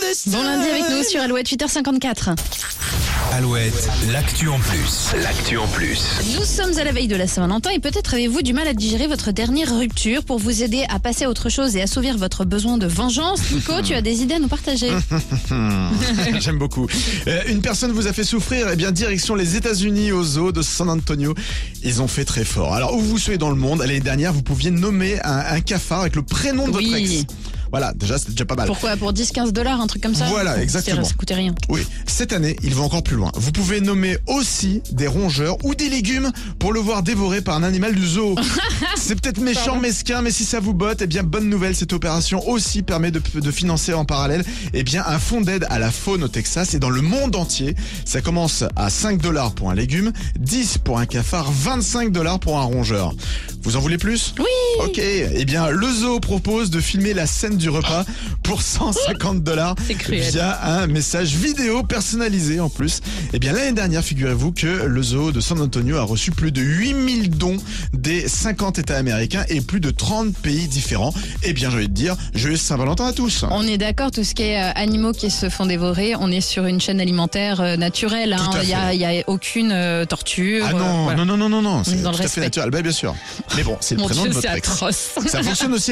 West. Bon lundi avec nous sur Alouette 8h54. Alouette, l'actu en plus. L'actu en plus. Nous sommes à la veille de la Saint-Valentin et peut-être avez-vous du mal à digérer votre dernière rupture. Pour vous aider à passer à autre chose et assouvir votre besoin de vengeance, Nico, tu as des idées à nous partager. J'aime beaucoup. Euh, une personne vous a fait souffrir, et bien direction les États-Unis au zoo de San Antonio. Ils ont fait très fort. Alors où vous soyez dans le monde, l'année dernière, vous pouviez nommer un, un cafard avec le prénom de votre Oui. ex. Voilà, déjà c'est déjà pas mal. Pourquoi Pour 10-15 dollars, un truc comme ça Voilà, C'est- exactement. Ça coûtait rien. Oui, cette année, il va encore plus loin. Vous pouvez nommer aussi des rongeurs ou des légumes pour le voir dévoré par un animal du zoo. c'est peut-être méchant, mesquin, mais si ça vous botte, eh bien, bonne nouvelle, cette opération aussi permet de, de financer en parallèle, eh bien, un fonds d'aide à la faune au Texas et dans le monde entier. Ça commence à 5 dollars pour un légume, 10 pour un cafard, 25 dollars pour un rongeur. Vous en voulez plus Oui. Ok, eh bien, le zoo propose de filmer la scène du repas pour 150 dollars C'est cruel. via un message vidéo personnalisé en plus. Eh bien, l'année dernière, figurez-vous que le zoo de San Antonio a reçu plus de 8000 dons des 50 États américains et plus de 30 pays différents. Eh bien, j'ai envie de dire, joyeux Saint-Valentin à tous. On est d'accord, tout ce qui est euh, animaux qui se font dévorer, on est sur une chaîne alimentaire euh, naturelle. hein. Tout à Il n'y a, fait. il y a aucune euh, torture. Ah euh, non, voilà. non, non, non, non, non, c'est tout dans à le fait respect. naturel. Ben, bien sûr. Mais bon, c'est le Mon prénom Dieu, de c'est votre ex. atroce. Ça fonctionne aussi